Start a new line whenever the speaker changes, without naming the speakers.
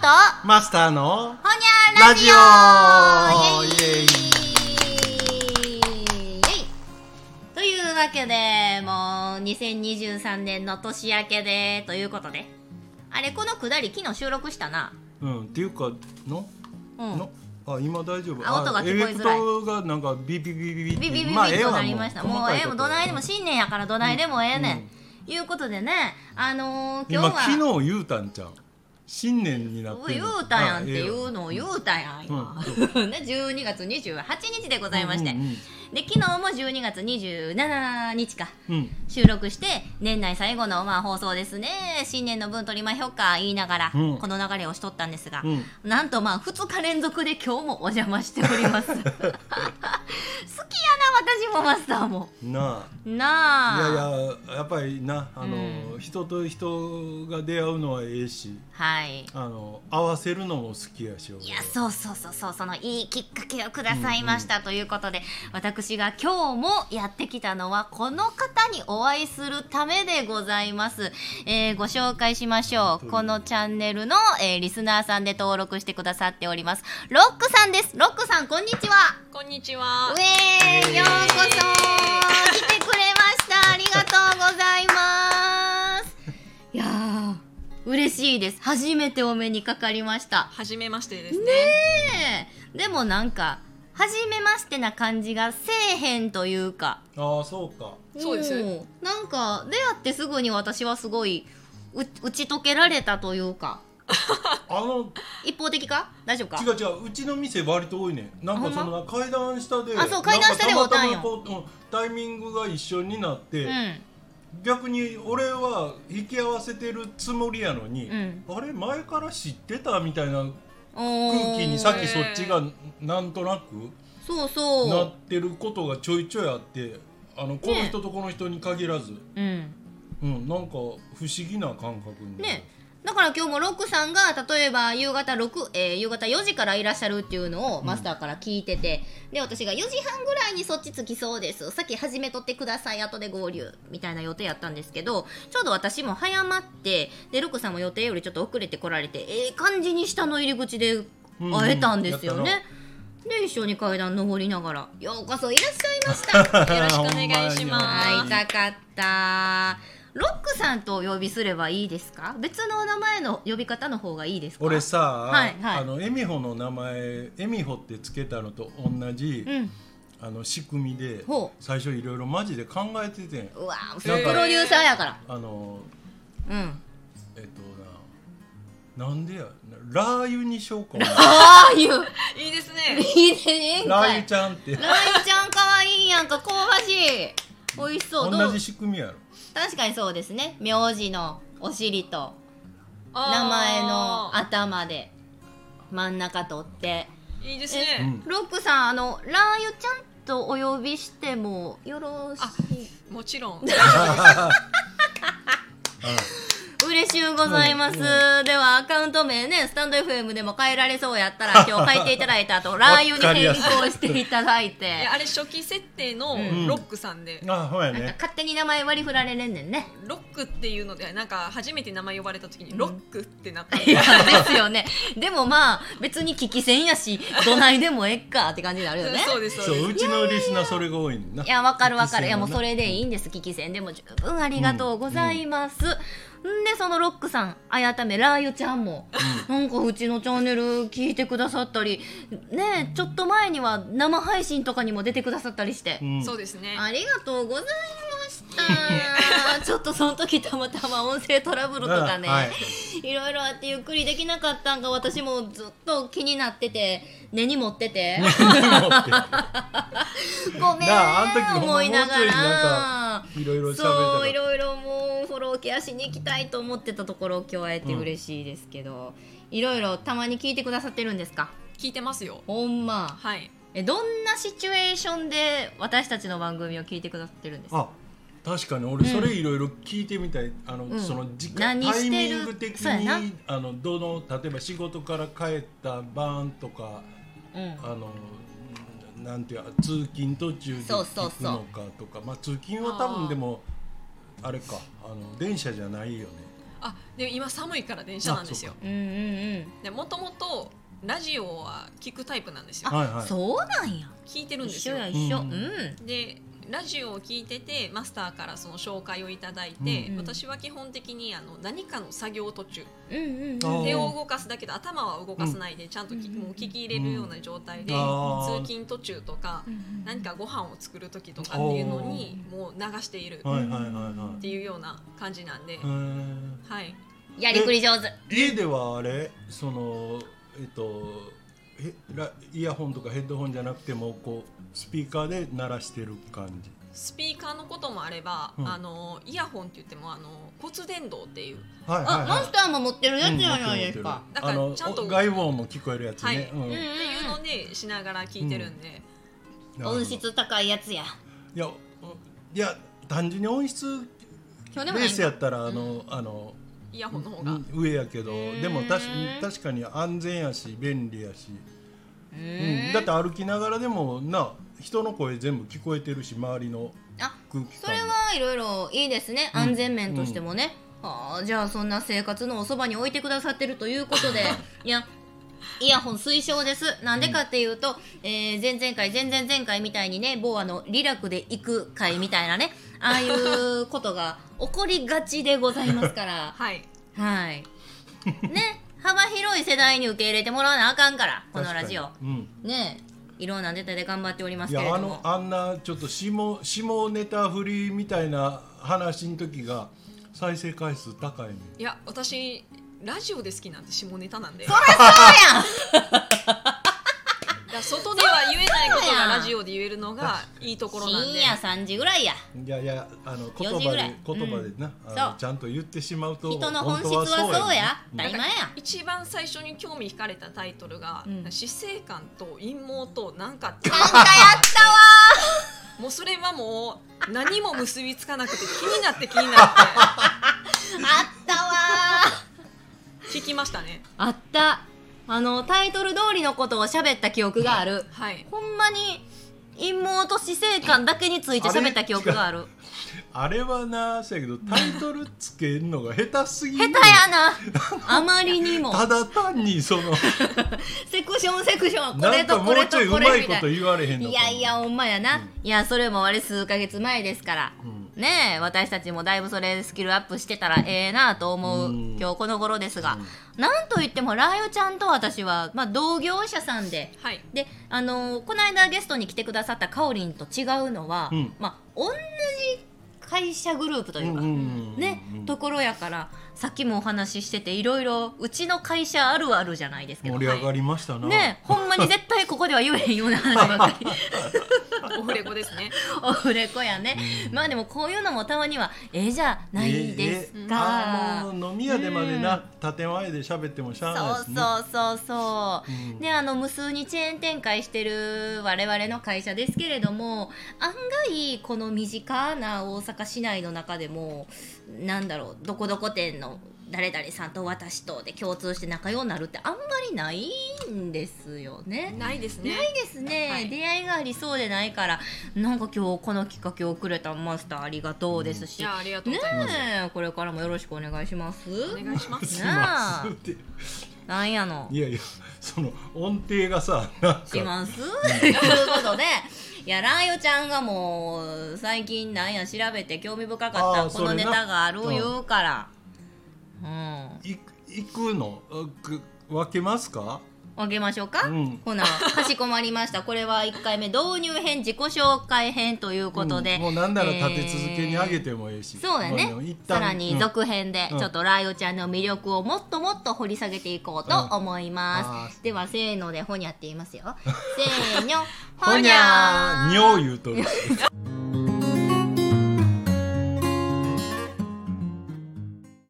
と
マスターの
ほにゃラジオ
ラジオ
イエイイエイというわけで、もう2023年の年明けで、ということで。あれ、このくだり昨日収録したな。
うんっていうかの、
うん。
のあ今大丈夫
あ音が聞こえづらい
エフェクトがなんかビビビビビって
ビビビビ
まあ
ビ
ええ
と
わ
なりました。もうええもどないでも
し
新年やからどないでもええねん。いうことでね、あのー、今
今
日は。
昨日言うたんちゃう新年になって
言
る
うたやんっていうのを
を
言うたやん今、 ね12月28日でございまして、
うんうん
で昨日も12月27日か
うん
収録して年内最後のまあ放送ですね新年の分取りまひょか言いながら、
うん
この流れをしとったんですが、
うん
なんとまあ2日連続で今日もお邪魔しております 好きやな私もマスターも
な
な
あ
あ
いやいややっぱりなあの、
うん
人と人が出会うのはええし
はい
あの合わせるのも好きやし俺はい
やそうそうそうそうそのいいきっかけをくださいましたということで、私が今日もやってきたのはこの方にお会いするためでございます、えーご紹介しましょうこのチャンネルの、えーリスナーさんで登録してくださっておりますロックさんですロックさんこんにちは
こんにち
ウ
は。
ェーイようこそ来てくれましたありがとうございますいやー嬉しいです初めてお目にかかりました
はじめましてですね。
ねえでもなんか初めましてな感じがせえへんというか
ああそうか
そうです
んなんか出会ってすぐに私はすごいう打ち解けられたというか
あの
一方的か大丈夫か
違う違ううちの店割と多いねなんかそのな階段下で
あそう階段下で
な
会う
んか
たんよ
ままこううんタイミングが一緒になって、
うん
逆に俺は引き合わせてるつもりやのに、
うん
あれ前から知ってたみたいな
おー
空気にさっきそっちがなんとなく
そう
な
そ
ってることがちょいちょいあってあのこの人とこの人に限らず、
ううん
うん、なんか不思議な感覚になる
ねだから今日もロックさんが例えば夕方6、えー夕方4時からいらっしゃるっていうのをマスターから聞いてて、で私が4時半ぐらいにそっち着きそうですさっき始めとってください後で合流みたいな予定やったんですけどちょうど私も早まってでロックさんも予定よりちょっと遅れて来られてええ感じに下の入り口で会えたんですよ
うんうんや
ね
っ、
で一緒に階段登りながら「ようこそいらっしゃいました」
よろしくお願いします
会いたかったロックさんとお呼びすればいいですか別のお名前の呼び方の方がいいですか
俺さ、
はいはい
あのエミホの名前エミホってつけたのと同じ、
うん
あの仕組みで
ほう
最初いろいろマジで考えててん
うわプ
なんか
ロデューサーやから
あの
うん
えっとななんでやラー油にしようかな
ああいう
いいですね。
いいねええん
ラー
か
油
い
ちゃんって
ラー油ちゃんかわいいやんか香ばしい美味しそうど
同
う
じ仕組みやろ
確かにそうですね名字のお尻と
あー
名前の頭で真ん中取って
いいです
う
ね。
ん
ロックさんあのラー油ちゃんとお呼びしてもよろしい
もちろん。
嬉しゅうございます、
うん
ではアカウント名ねスタンド FM でも変えられそうやった ら今日変えていただいた後ラー油に変更していただいて
いやあれ初期設定の
うん
ロックさんで、
あほや
なんか
ね
勝手に名前割り振られれんねんね
ロックっていうのでなんか初めて名前呼ばれた時にロックってなった。
いやですよねでもまあ別に聞き戦やしどないでもえっかって感じになる よね
そうですそう
そ
で
うう
す。
ちのリスナーそれが多いねんない
や、わかるわかる。いや、もうそ
れ
れでいいんです。聞き戦でも十分ありがとうございます。んで、そのロックさん、改め、ラー油ちゃんも、なんかうちのチャンネル聞いてくださったり、ねえちょっと前には生配信とかにも出てくださったりして、
そうですね。
ありがとうございました。 ちょっとその時たまたま音声トラブルとかね、
はい
い、ろいろあってゆっくりできなかったんが私もずっと気になってて、根に持って て、ごめん
なああん時ほんま
思いなが
もうちょい
ら。
なんいろいろ喋れたら
そういろいろもうフォローケアしに行きたいと思ってたところ今日会えて嬉しいですけど、いろいろたまに聞いてくださってるんですか
聞いてますよ。
ほんま
はい。
えどんなシチュエーションで私たちの番組を聞いてくださってるんですか
あ確かに俺それいろいろ聞いてみたい、あの、
うん
その時間
何
タ
して
イ
る
ミング的
そうやな
にあのどの例えば仕事から帰った晩とか
うん
あのなんていうか通勤途中で
そうそう
聞く
そう
のかとかまあ通勤は多
あ
分
ー
でもあれかあの電車じゃないよね
あで今寒いから電車なんですよ
あ
うんうん
でもともとラジオは聞くタイプなんですよ
あ
はいはい
そうなんや
聞いてるんです
一緒
よ
や一緒う
うんん
でラジオを聞いててマスターからその紹介をいただいて、
うん
私は基本的にあの何かの作業途中
うんうん
あー
手を動かすだけで頭は動かさないでちゃんとき、
うん
もう聞き入れるような状態で、
うんあー
通勤途中とか
うん
何かご飯を作る時とかっていうのにもう流しているっ
はいはいはいは
ていうような感じなんで、
いへー
はい
やりくり上手
家ではあれそのえっとえライヤホンとかヘッドホンじゃなくてもこうスピーカーで鳴らしてる感じ
スピーカーのこともあれば、
うん
あのイヤホンって言ってもあの骨伝導っていう
はいはい
あマス
は
ターも持ってるやつ
い
じゃないですか
だから
うん持ってる持ってる
ちゃんと
あのお外音も聞こえるやつ
は
ね
い
うん
うんうん
っていうのでしながら聞いてるんで、
なるほど
音質高いやつや
いやいや単純に音質
そ
ベ
うでもないん
ース
か
やったらあのあの
イヤホンの方が、
うん上やけど
ーん
でも確確かに安全やし便利やし
う
うん
ん
だって歩きながらでもな人の声全部聞こえてるし周りの
あ
空気感
それはいろいろいいですね
うん
安全面としてもね、あーじゃあそんな生活のおそばに置いてくださってるということ でいやイヤホン推奨ですなんでかっていうと、えー前々回前々前回みたいにね某あのリラクで行く会みたいなねああいうことが起こりがちでございますか ら
はい
はいね幅広い世代に受け入れてもらわなあかんからこのラジオ
確かにうん
ねいろんなネタで頑張っておりま
い
すけれ
やあ
ど
の
も
あんなちょっと下下ネタ振りみたいな話の時が再生回数高いね
いや私ラジオで好きなんで下ネタなんで
そうや ん
いや外では言えないこと
そうやん
がラジオで言えるのがいいところなんで
深夜3時ぐらいや
いやいやあの言
4時ぐ
葉
らい
で言葉でな、
うん
あの
そう
ちゃんと言ってしまうと
人の本質はそうや当たり前や
一番最初に興味惹かれたタイトルが
うん
「死生観と陰謀となんか」って
なんかやったわ
もうそれはもう何も結びつかなくて気になって気になっ
あったわ
て聞きましたね
あったあのタイトル通りのことを喋った記憶がある
はい
ほんまに陰謀と死生観だけについて喋った記憶がある
あれはなせやけどタイトルつけるのが下手すぎ
下
る
手やなあまりにも
ただ単 にその
セクションセクションこ
な
れ
んか
と
も
これ
うち
と
ょいう
こ
ま
れ
い
み
こ
た
と
い
言われへん
な
の
い
かも
やいやほんまやな、いやそれもあれ数ヶ月前ですから、
う
ねえ私たちもだいぶそれスキルアップしてたらええなあと思う、
うん
今日この頃ですが、なんといってもライオちゃんと私は、まあ、同業者さんで
はい
であのーこの間ゲストに来てくださったかおりんと違うのは、
うん
まあ、同じ会社グループというか、ね、ところやからさっきもお話ししてていろいろうちの会社あるあるじゃないですけど
盛り上がりましたな、
ねほんまに絶対ここでは言えへんような話ばっかり
オフレコですね
オ フレコやね、まあでもこういうのもたまにはええじゃないですか、
ええええあの飲み屋でまでな、建前で喋ってもしゃあな
そ
いで
う
すね
そうそうそう、
うん
ねあの無数にチェーン展開してる我々の会社ですけれども案外この身近な大阪市内の中でもなんだろうどこどこ店の誰々さんと私とで共通して仲良くなるってあんまりないんですよね。
ないですね
ないですね、
はい
出会いがありそうでないからなんか今日このきっかけをくれたマスターありがとうですし、
じゃあありがとう
ね
ございま
えこれからもよろしくお願いします。
すお願いします
すい
なあ
ませんって
なんやの
いやいやその音程がさなんか
しますということで、いや、ラーヨちゃんがもう、最近なんや調べて興味深かった
あー
このネタがある
それな
言うから。うん。
い行くのあく分けますか
分けましょうか、
うん
ほな、かしこまりました。これは1回目、導入編、自己紹介編ということで。
うんもうなんなら立て続けに上げ
え
てもいいし、
ーそうだね
も一。旦
さらに続編で、
うん
ちょっとラーヨちゃんの魅力をもっともっと掘り下げていこうと思いま
う
す。では、せ ーので、ほにゃって言いますよ。せーの、
うんほにゃーにょう言うとる